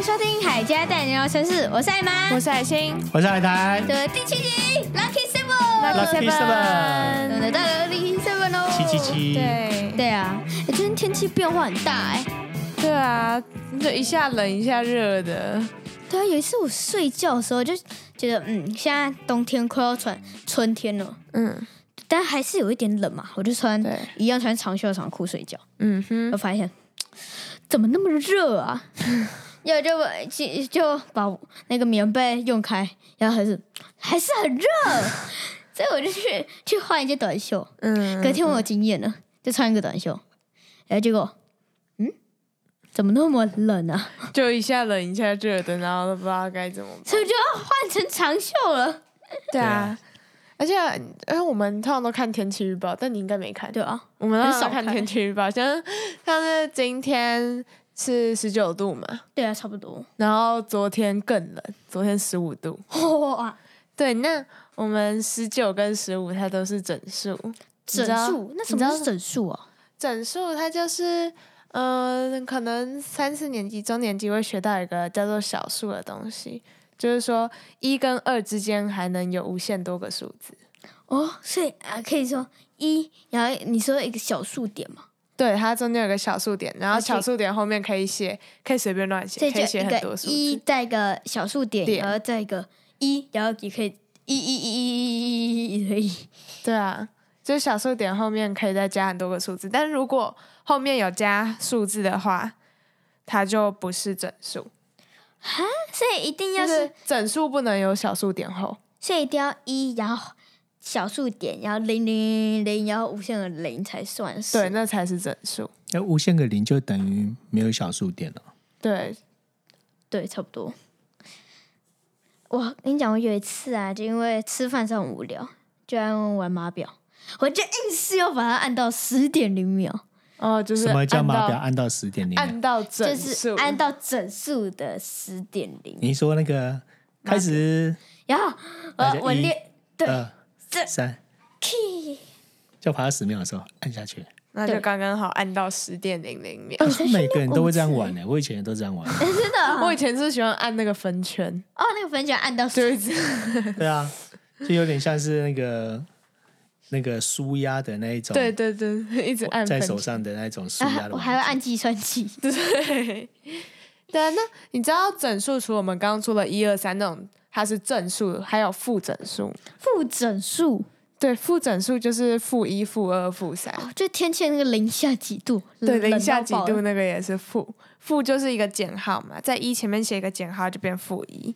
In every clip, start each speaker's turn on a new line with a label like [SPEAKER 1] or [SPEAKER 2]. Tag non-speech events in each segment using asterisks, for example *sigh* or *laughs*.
[SPEAKER 1] 收听《海家带你游城市》，我是艾妈，
[SPEAKER 2] 我是海星
[SPEAKER 3] 我是海苔，
[SPEAKER 1] 的第七集《Lucky Seven》，
[SPEAKER 3] Lucky Seven
[SPEAKER 1] 等到 Lucky Seven 哦，
[SPEAKER 3] 七七。七，
[SPEAKER 2] 对
[SPEAKER 1] 对啊，欸最近天气变化很大哎、
[SPEAKER 2] 对啊，就一下冷一下热的，
[SPEAKER 1] 对啊，有一次我睡觉的时候就觉得，嗯，现在冬天快要转春天了，
[SPEAKER 2] 嗯，
[SPEAKER 1] 但还是有一点冷嘛，我就穿
[SPEAKER 2] 对，
[SPEAKER 1] 一样穿长袖长裤睡觉。
[SPEAKER 2] 嗯哼，
[SPEAKER 1] 我发现怎么那么热啊？ *laughs* 要就就就把那个棉被用开，然后还是还是很热， *laughs* 所以我就去去换一件短袖。
[SPEAKER 2] 嗯，
[SPEAKER 1] 隔天我有经验了，就穿一个短袖，然后结果，嗯，怎么那么冷啊？ *laughs*
[SPEAKER 2] 就一下冷一下热的，然后都不知道该怎么办。
[SPEAKER 1] 所以我就要换成长袖了，
[SPEAKER 2] 对
[SPEAKER 3] 啊，
[SPEAKER 2] 而且而且我们通常都看天气预报，但你应该没看。
[SPEAKER 1] 对啊，
[SPEAKER 2] 我们
[SPEAKER 1] 很
[SPEAKER 2] 很
[SPEAKER 1] 少
[SPEAKER 2] 少看
[SPEAKER 1] 看
[SPEAKER 2] 天气预报，像像是今天是十九度嘛，
[SPEAKER 1] 对啊，差不多。
[SPEAKER 2] 然后昨天更冷，昨天十五度。
[SPEAKER 1] 哇，
[SPEAKER 2] 对，那我们十九跟十五它都是整数，
[SPEAKER 1] 整数？那什么是
[SPEAKER 2] 整
[SPEAKER 1] 整数啊？
[SPEAKER 2] 整数？它就是嗯、呃可能三四年级、中年级会学到一个叫做小数的东西，就是说一跟二之间还能有无限多个数字。
[SPEAKER 1] 哦，所以啊，可以说一，然后你说一个小数点嘛，
[SPEAKER 2] 对，它中间有个小数点，然后
[SPEAKER 1] OK
[SPEAKER 2] 小数点后面可以写，可以随便乱写，
[SPEAKER 1] 所以
[SPEAKER 2] 可
[SPEAKER 1] 就
[SPEAKER 2] 以写
[SPEAKER 1] 一
[SPEAKER 2] 很多
[SPEAKER 1] 个
[SPEAKER 2] 数
[SPEAKER 1] 一
[SPEAKER 2] 字。
[SPEAKER 1] 再一个小数点，
[SPEAKER 2] 点
[SPEAKER 1] 然后再一个一，然后也可以一一一一一一一一一一，
[SPEAKER 2] 对啊，就是小数点后面可以再加很多个数字，但如果后面有加数字的话，它就不是整数。
[SPEAKER 1] 所以一定要
[SPEAKER 2] 就是是，整数不能有小数点后。
[SPEAKER 1] 所以一定要一，然后小数点，然后零零零零，然后无限的零才算是。
[SPEAKER 2] 对，那才是整数。
[SPEAKER 3] 那无限个零就等于没有小数点了。
[SPEAKER 2] 对，
[SPEAKER 1] 对，差不多。我跟你讲，我有一次啊，就因为吃饭上很无聊，就爱玩码表，我就硬是要把它按到十点零秒，
[SPEAKER 2] 哦，就是
[SPEAKER 3] 什么叫
[SPEAKER 2] 按到
[SPEAKER 3] 码表？按到十点零？
[SPEAKER 2] 按到整
[SPEAKER 1] 就
[SPEAKER 2] 数，
[SPEAKER 1] 是按到整数的十点零。
[SPEAKER 3] 你说那个开始
[SPEAKER 1] 然后
[SPEAKER 3] 那
[SPEAKER 1] 我
[SPEAKER 3] 就
[SPEAKER 1] 我
[SPEAKER 3] 一
[SPEAKER 1] 练对
[SPEAKER 3] 二
[SPEAKER 1] 这
[SPEAKER 3] 三，
[SPEAKER 1] key，
[SPEAKER 3] 就爬到十秒的时候按下去。
[SPEAKER 2] 那
[SPEAKER 1] 对
[SPEAKER 2] 就刚刚好按到十点零零秒。
[SPEAKER 3] 我说每个人都会这样玩呢，我以前也都这样玩。
[SPEAKER 1] 真的啊
[SPEAKER 2] *laughs* 我以前是喜欢按那个分圈，
[SPEAKER 1] 哦，那个粉卷按到
[SPEAKER 2] 就
[SPEAKER 1] 十
[SPEAKER 2] 一直
[SPEAKER 3] 对啊，就有点像是那个那个舒压的那一种，
[SPEAKER 2] 对对对，一直按分
[SPEAKER 3] 在
[SPEAKER 2] 圈
[SPEAKER 3] 手上的那种舒压
[SPEAKER 1] 啊，
[SPEAKER 3] 的
[SPEAKER 1] 我
[SPEAKER 3] 玩
[SPEAKER 1] 还
[SPEAKER 3] 具。
[SPEAKER 1] 会按计算器，
[SPEAKER 2] 对。对啊，那你知道整数除了我们刚刚说的一二三那种，它是正数，还有负整数。
[SPEAKER 1] 负整数
[SPEAKER 2] 对，负整数就是负一、负二、负三。
[SPEAKER 1] 哦，就天气那个零下几度，
[SPEAKER 2] 对，
[SPEAKER 1] 冷
[SPEAKER 2] 零下几，
[SPEAKER 1] 冷到
[SPEAKER 2] 度
[SPEAKER 1] 爆
[SPEAKER 2] 那个也是负，负就是一个减号嘛，在一前面写一个减号就变负一，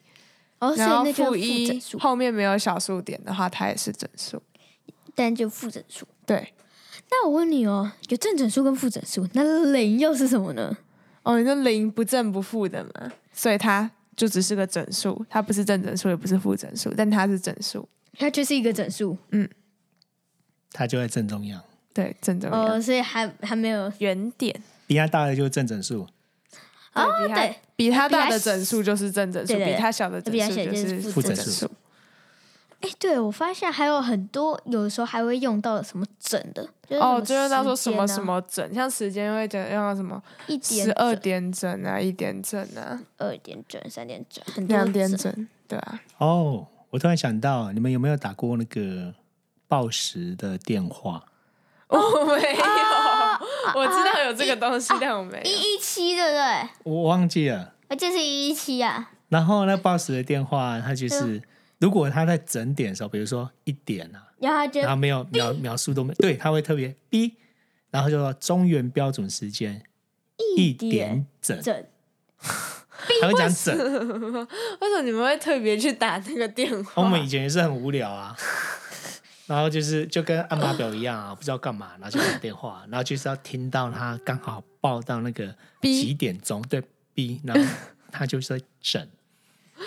[SPEAKER 1] 哦，所以
[SPEAKER 2] 然后
[SPEAKER 1] 那就
[SPEAKER 2] 负
[SPEAKER 1] 负整
[SPEAKER 2] 一
[SPEAKER 1] 数，
[SPEAKER 2] 后面没有小数点的话，它也是整数。
[SPEAKER 1] 但就负整数。
[SPEAKER 2] 对，
[SPEAKER 1] 那我问你哦，有正整数跟负整数，那零又是什么呢？
[SPEAKER 2] 哦，你说零不正不负的嘛，所以它就只是个整数，它不是正整数，也不是负整数，但它是整数。
[SPEAKER 1] 它就是一个整数，
[SPEAKER 3] 它就在正中央，
[SPEAKER 2] 对，正怎么样？
[SPEAKER 1] 哦，所以还还没有
[SPEAKER 2] 原点
[SPEAKER 3] 比它大的就是正整数。
[SPEAKER 1] 哦，
[SPEAKER 2] 对比它
[SPEAKER 1] 对，
[SPEAKER 2] 比它
[SPEAKER 1] 比它
[SPEAKER 2] 大的整数就是正整数，
[SPEAKER 1] 对对对
[SPEAKER 2] 比它小的整
[SPEAKER 1] 比它
[SPEAKER 2] 数
[SPEAKER 1] 小的就是负
[SPEAKER 2] 是负
[SPEAKER 3] 整
[SPEAKER 2] 整
[SPEAKER 3] 数
[SPEAKER 2] 数。
[SPEAKER 1] 哎，对我发现还有很多，有时候还会用到什么整的，就是
[SPEAKER 2] 哦，就是他说
[SPEAKER 1] 时
[SPEAKER 2] 什
[SPEAKER 1] 间啊
[SPEAKER 2] 么什么整，像时间会讲用到什么
[SPEAKER 1] 一点
[SPEAKER 2] 十二
[SPEAKER 1] 整
[SPEAKER 2] 点整啊，一点整啊，
[SPEAKER 1] 二点整、三点整，很多
[SPEAKER 2] 两点
[SPEAKER 1] 整
[SPEAKER 2] 整，对啊，
[SPEAKER 3] 哦，我突然想到，你们有没有打过那个报时的电话？
[SPEAKER 1] 啊
[SPEAKER 2] 我没有，我知道有这个东西，但我没有。
[SPEAKER 1] 一一七，对不对？
[SPEAKER 3] 我忘记了。
[SPEAKER 1] 啊，就是一一七啊，
[SPEAKER 3] 然后那报时的电话，它就是如果它在整点的时候，比如说一点啊，
[SPEAKER 1] 然后他就
[SPEAKER 3] 然后没有秒秒数都没，对，它会特别哔，然后就说中原标准时间一点整，
[SPEAKER 1] 整，
[SPEAKER 3] 它会讲整。
[SPEAKER 2] 为什么你们会特别去打那个电话？
[SPEAKER 3] *laughs* 我们以前也是很无聊啊。 *laughs* 然后就是就跟按码表一样啊，不知道干嘛，然后就打电 *laughs* 话，然后就是要听到他刚好报到那个
[SPEAKER 2] 哔
[SPEAKER 3] 几点钟，对哔，然后他就说 *laughs* 整，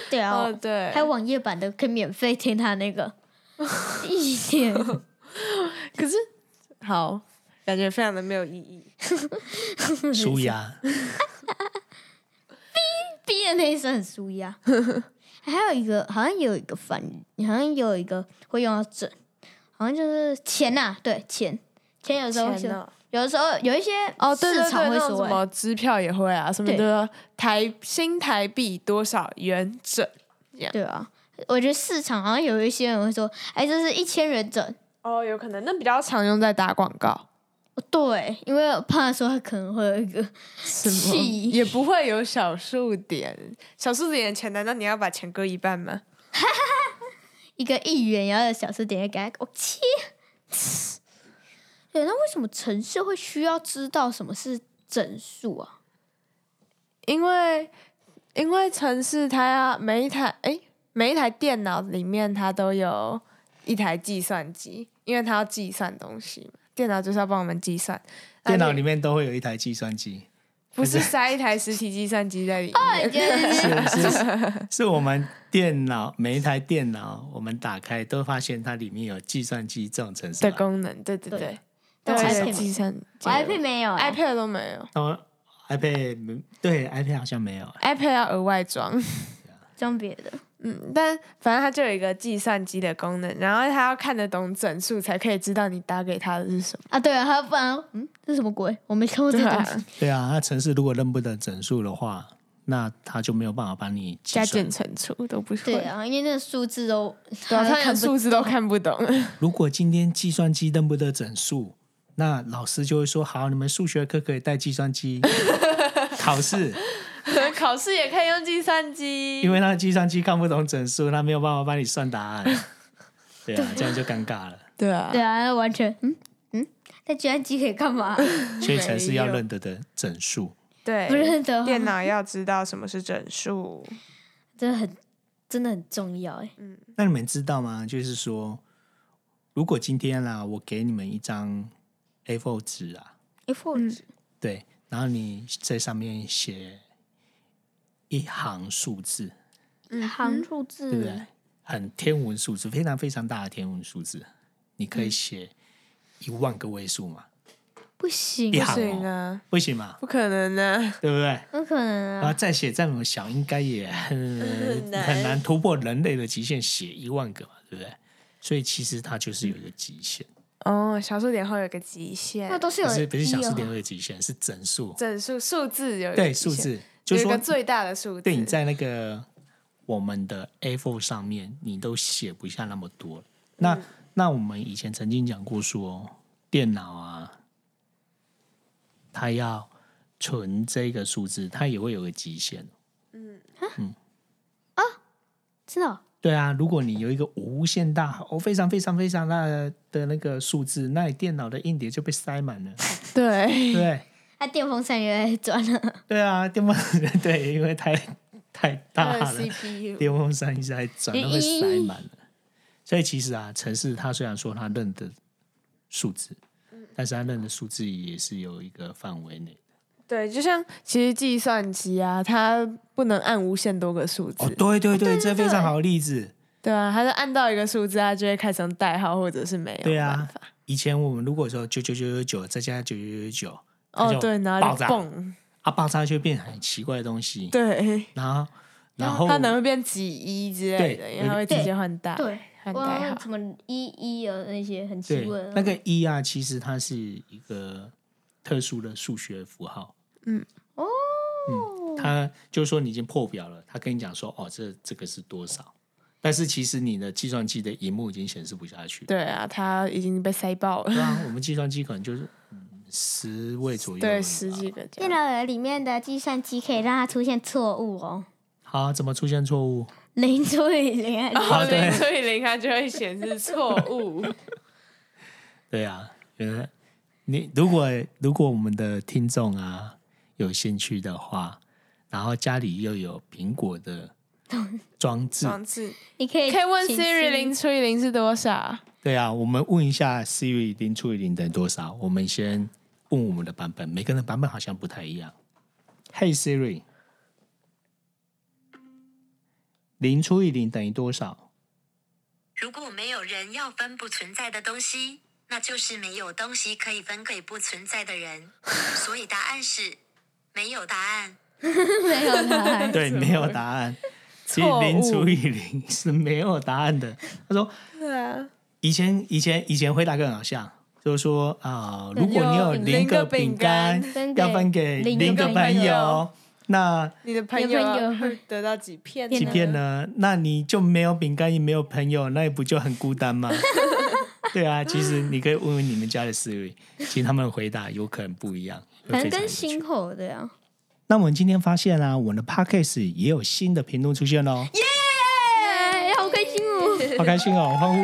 [SPEAKER 1] 对啊，
[SPEAKER 2] 哦，对
[SPEAKER 1] 还，有网页版的可以免费听他那个一点，
[SPEAKER 2] 可是好，感觉非常的没有意义。
[SPEAKER 3] 舒 *laughs* 压，
[SPEAKER 1] 毕业那一声很舒压。还有一个好像有一个反，好像有一啊个会用到整，好像就是钱呐、对钱，钱有时候
[SPEAKER 2] 钱
[SPEAKER 1] 是
[SPEAKER 2] 呢？
[SPEAKER 1] 有有的时候有一些
[SPEAKER 2] 哦，对对
[SPEAKER 1] 市
[SPEAKER 2] 对，
[SPEAKER 1] 场
[SPEAKER 2] 那
[SPEAKER 1] 会
[SPEAKER 2] 种
[SPEAKER 1] 说、
[SPEAKER 2] 什么支票也会啊，什么
[SPEAKER 1] 对
[SPEAKER 2] 的台新台币多少元整？
[SPEAKER 1] 对啊，我觉得市场好像有一些人会说，哎，这是一千元整。
[SPEAKER 2] 哦，有可能，那比较常用在打广告，
[SPEAKER 1] 哦对，因为我怕说他可能会有一个
[SPEAKER 2] 什么
[SPEAKER 1] 气
[SPEAKER 2] 也不会有小数点，小数点的钱难道你要把钱割一半吗？
[SPEAKER 1] 一个亿元，然后小数点给他我切。 *laughs* 对，那为什么城市会需要知道什么是整数啊？
[SPEAKER 2] 因为因为城市它要每一台哎每一台电脑里面它都有一台计算机，因为它要计算东西嘛，电脑就是要帮我们计算。
[SPEAKER 3] 电脑
[SPEAKER 2] 而且
[SPEAKER 3] 里面都会有一台计算机，
[SPEAKER 2] 不是塞一台实体计算机在里
[SPEAKER 1] 我
[SPEAKER 2] 面，
[SPEAKER 1] 觉得 *laughs*
[SPEAKER 3] 是
[SPEAKER 2] *laughs*
[SPEAKER 3] 是是我们电脑每一台电脑我们打开都发现它里面有计算机这种程式
[SPEAKER 2] 的
[SPEAKER 3] 吧。
[SPEAKER 2] 功能，对对对，
[SPEAKER 1] 对
[SPEAKER 2] 都
[SPEAKER 1] 我
[SPEAKER 2] 有
[SPEAKER 1] iPad
[SPEAKER 2] 计算机
[SPEAKER 1] 我 iPad 没有、哎
[SPEAKER 2] iPad 都没有
[SPEAKER 3] 那我 iPad 没对 iPad 好像没有，
[SPEAKER 2] ，iPad 要额外装。 *laughs*
[SPEAKER 1] 装别的。
[SPEAKER 2] 嗯，但反正它就有一个计算机的功能，然后它要看得懂整数，才可以知道你打给它的是什么。
[SPEAKER 1] 啊，对啊，他不然，嗯，这是什么鬼？我没看过这
[SPEAKER 2] 对啊
[SPEAKER 1] 东西。
[SPEAKER 3] 对啊，那城市如果认不得整数的话，那它就没有办法帮你计
[SPEAKER 2] 加减
[SPEAKER 3] 算。
[SPEAKER 2] 乘除都不会，
[SPEAKER 1] 对啊，因为那个数字都，
[SPEAKER 2] 对啊，
[SPEAKER 1] 他
[SPEAKER 2] 它连
[SPEAKER 1] 看不
[SPEAKER 2] 数字都看
[SPEAKER 1] *laughs*
[SPEAKER 2] 不懂。
[SPEAKER 3] 如果今天计算机认不得整数，那老师就会说：好，你们数学课可以带计算
[SPEAKER 2] *laughs*
[SPEAKER 3] 机考试，
[SPEAKER 2] 考试也可以用计算机，
[SPEAKER 3] 因为那计算机看不懂整数，它没有办法帮你算答案。对啊，这样就尴尬了。
[SPEAKER 2] 对啊
[SPEAKER 1] 对，啊，完全，嗯嗯，那计算机可以干嘛？
[SPEAKER 3] 所以城市要认得的整数。
[SPEAKER 2] 对，
[SPEAKER 1] 不认得，
[SPEAKER 2] 电脑要知道什么是整数，
[SPEAKER 1] 真的很，真的很重要哎。
[SPEAKER 3] 那你们知道吗？就是说，如果今天啦，我给你们一张 A4 纸啊，
[SPEAKER 1] F
[SPEAKER 3] 对，然后你在上面写一行数字，
[SPEAKER 1] 行数字，
[SPEAKER 3] 对不啊
[SPEAKER 2] 嗯
[SPEAKER 3] 对？很天文数字，非常非常大的天文数字，你
[SPEAKER 2] 嗯
[SPEAKER 3] 可以写一万个位数嘛？
[SPEAKER 1] 不行
[SPEAKER 3] 一，
[SPEAKER 2] 不
[SPEAKER 3] 行
[SPEAKER 2] 行
[SPEAKER 3] 哦，
[SPEAKER 2] 啊，
[SPEAKER 3] 不行嘛？
[SPEAKER 2] 不可能啊，
[SPEAKER 3] 对不对？
[SPEAKER 1] 不可能
[SPEAKER 3] 然后
[SPEAKER 1] 啊！
[SPEAKER 3] 再写这么小，应该也 *laughs* 很
[SPEAKER 2] 嗯很难
[SPEAKER 3] 很难突破人类的极限，写一万个嘛，对不对？所以其实它就是有一个极限，
[SPEAKER 2] 哦，小数点后有个极限
[SPEAKER 1] 那，都是有
[SPEAKER 3] 呃不是不是小
[SPEAKER 1] 意义
[SPEAKER 3] 数
[SPEAKER 1] 哦
[SPEAKER 3] 点的极限，是整数，
[SPEAKER 2] 整数数字有一个极
[SPEAKER 3] 对数
[SPEAKER 2] 限，
[SPEAKER 3] 字，就是
[SPEAKER 2] 有一
[SPEAKER 3] 说
[SPEAKER 2] 个最大的数字，
[SPEAKER 3] 对，你在那个我们的 A4 上面，你都写不下那么多。那、
[SPEAKER 2] 嗯
[SPEAKER 3] 那我们以前曾经讲过说，电脑啊，它要存这个数字，它也会有个极限。哦
[SPEAKER 1] 真的哦
[SPEAKER 3] 对啊，如果你有一个无限大、哦非常非常非常大的的那个数字，那你电脑的硬碟就被塞满了。
[SPEAKER 2] 对， *laughs*
[SPEAKER 3] 对
[SPEAKER 1] 啊，电风扇原来转了，
[SPEAKER 3] 对啊，电风 *laughs* 对，因为太太大
[SPEAKER 2] 它的
[SPEAKER 3] 了，
[SPEAKER 2] CPU，
[SPEAKER 3] 电风扇一直在转，都会塞满了。所以其实啊，城市它虽然说它认的数字，但是它认的数字也是有一个范围内。
[SPEAKER 2] 对，就像其实计算机啊，它不能按无限多个数字，
[SPEAKER 3] 哦，对对对，这非常好的例子。
[SPEAKER 2] 对啊，它是按到一个数字，它就会开成代号或者是没有，
[SPEAKER 3] 对，啊，以前我们如果说九九九九九再加九九九九，它
[SPEAKER 2] 哦
[SPEAKER 3] 就
[SPEAKER 2] 对，然后
[SPEAKER 3] 爆
[SPEAKER 2] 就
[SPEAKER 3] 炸
[SPEAKER 2] 蹦，
[SPEAKER 3] 啊，爆炸就变很奇怪的东西。
[SPEAKER 2] 对，
[SPEAKER 3] 然后，然后
[SPEAKER 2] 它可能会变几一之类的，
[SPEAKER 3] 对
[SPEAKER 2] 因为它会直接换
[SPEAKER 3] 哎
[SPEAKER 2] 代，
[SPEAKER 1] 对，
[SPEAKER 2] 换代
[SPEAKER 1] 哇，
[SPEAKER 2] 号，
[SPEAKER 1] 什么一一啊那些很奇
[SPEAKER 3] 对
[SPEAKER 1] 怪的，
[SPEAKER 3] 那个一啊，其实它是一个特殊的数学符号。
[SPEAKER 1] 哦，
[SPEAKER 3] 他就是说你已经破表了，他跟你讲说哦，这这个是多少，但是其实你的计算机的荧幕已经显示不下去。
[SPEAKER 2] 对啊，它已经被塞爆了，
[SPEAKER 3] 对啊，我们计算机可能就是嗯十位左右而已吧。
[SPEAKER 2] 对，十几个这
[SPEAKER 1] 电
[SPEAKER 2] 样，
[SPEAKER 1] 脑里面的计算机可以让它出现错误哦，
[SPEAKER 3] 好，怎么出现错误？
[SPEAKER 1] 零除以零啊，
[SPEAKER 2] 然后
[SPEAKER 3] 啊对
[SPEAKER 2] 零除以零，它就会显示错
[SPEAKER 3] *laughs*
[SPEAKER 2] 误，
[SPEAKER 3] 对啊，呃，你如果如果我们的听众啊有兴趣的话，然后家里又有苹果的装置，
[SPEAKER 2] 装置
[SPEAKER 1] 你可以
[SPEAKER 2] 可以问
[SPEAKER 1] 请
[SPEAKER 2] Siri 零除以零是多少？
[SPEAKER 3] 对啊，我们问一下 Siri 零除以零等于多少？我们先问我们的版本，每个人的版本好像不太一样。Hey Siri，零除以零等于多少？
[SPEAKER 4] 如果没有人要分不存在的东西，那就是没有东西可以分给不存在的人。所以答案是没有答案。
[SPEAKER 1] 没有 *laughs*
[SPEAKER 3] *laughs*
[SPEAKER 1] 啦，
[SPEAKER 3] 对，没有答案。 *laughs* 其实
[SPEAKER 2] 错误
[SPEAKER 3] 零除以零是没有答案的。他说
[SPEAKER 2] 对啊，
[SPEAKER 3] 以前以前以前回答更好笑，就是说啊、如果你有
[SPEAKER 2] 有
[SPEAKER 3] 零个饼干
[SPEAKER 1] 分给
[SPEAKER 3] 要分给
[SPEAKER 1] 零
[SPEAKER 3] 零
[SPEAKER 1] 个
[SPEAKER 3] 个
[SPEAKER 1] 朋
[SPEAKER 3] 朋友
[SPEAKER 2] 友，
[SPEAKER 3] 那
[SPEAKER 2] 你的朋
[SPEAKER 1] 你的朋
[SPEAKER 2] 友啊
[SPEAKER 1] 友
[SPEAKER 2] 会得到几片？
[SPEAKER 1] 几
[SPEAKER 3] 即便？呢，那你就没有饼干，也没有朋友，那你不就很孤
[SPEAKER 1] *laughs*
[SPEAKER 3] 单吗？对啊，其实你可以问问你们家的思维，其实他们的回答有可能不一样。会
[SPEAKER 1] 反正
[SPEAKER 3] 非常有
[SPEAKER 1] 跟
[SPEAKER 3] 趣
[SPEAKER 1] 心口的哦呀。
[SPEAKER 3] 那我们今天发现啊，我们的 podcast 也有新的评论出
[SPEAKER 1] *laughs*
[SPEAKER 3] 现喽，
[SPEAKER 1] 哎，好开心哦！
[SPEAKER 3] 好开心哦，欢呼！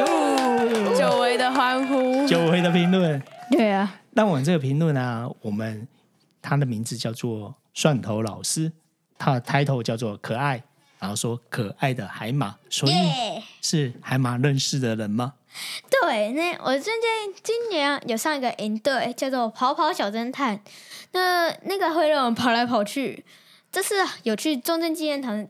[SPEAKER 3] 哟，
[SPEAKER 2] 久违的欢呼，
[SPEAKER 3] 久违的评论。
[SPEAKER 1] 对啊，
[SPEAKER 3] 那我们这个评论呢，我们他的名字叫做蒜头老师，他的 title 叫做可爱，然后说可爱的海马，所以
[SPEAKER 1] *laughs* 耶！
[SPEAKER 3] 是海马认识的人吗？
[SPEAKER 1] 对，那我最近今年啊有上一个营队，叫做“跑跑小侦探”，那那个会让我们跑来跑去。这次啊有去中正纪念堂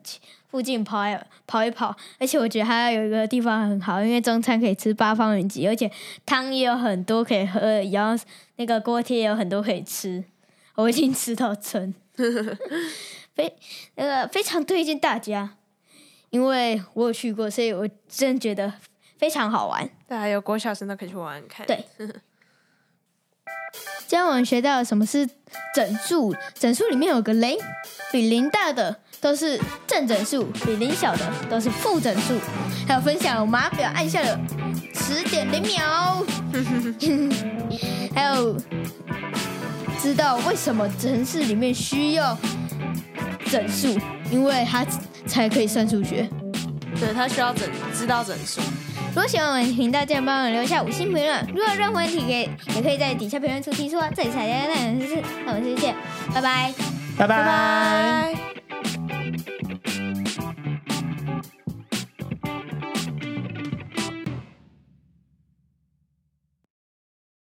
[SPEAKER 1] 附近跑来跑一跑，而且我觉得它有一个地方很好，因为中餐可以吃八方云集，而且汤也有很多可以喝，然后那个锅贴也有很多可以吃。我已经吃到撑，非那个非常推荐大家，因为我有去过，所以我真觉得非常好玩。
[SPEAKER 2] 大啊家有国小生都可以去玩玩看。
[SPEAKER 1] 对今天我们学到了什么是整数，整数里面有个零，比零大的都是正整数，比零小的都是负整数。还有分享我码表按下了十点零秒， *laughs* 还有知道为什么城市里面需要整数，因为它才可以算数学。
[SPEAKER 2] 对他需要整知道整数。
[SPEAKER 1] 如果喜欢我们的频道，记得帮我们留下五星评论。如果有任何问题，也也可以在哦底下评论处提出啊。这里是彩蛋蛋，我是我们是见，拜拜。
[SPEAKER 3] 拜拜
[SPEAKER 2] 拜。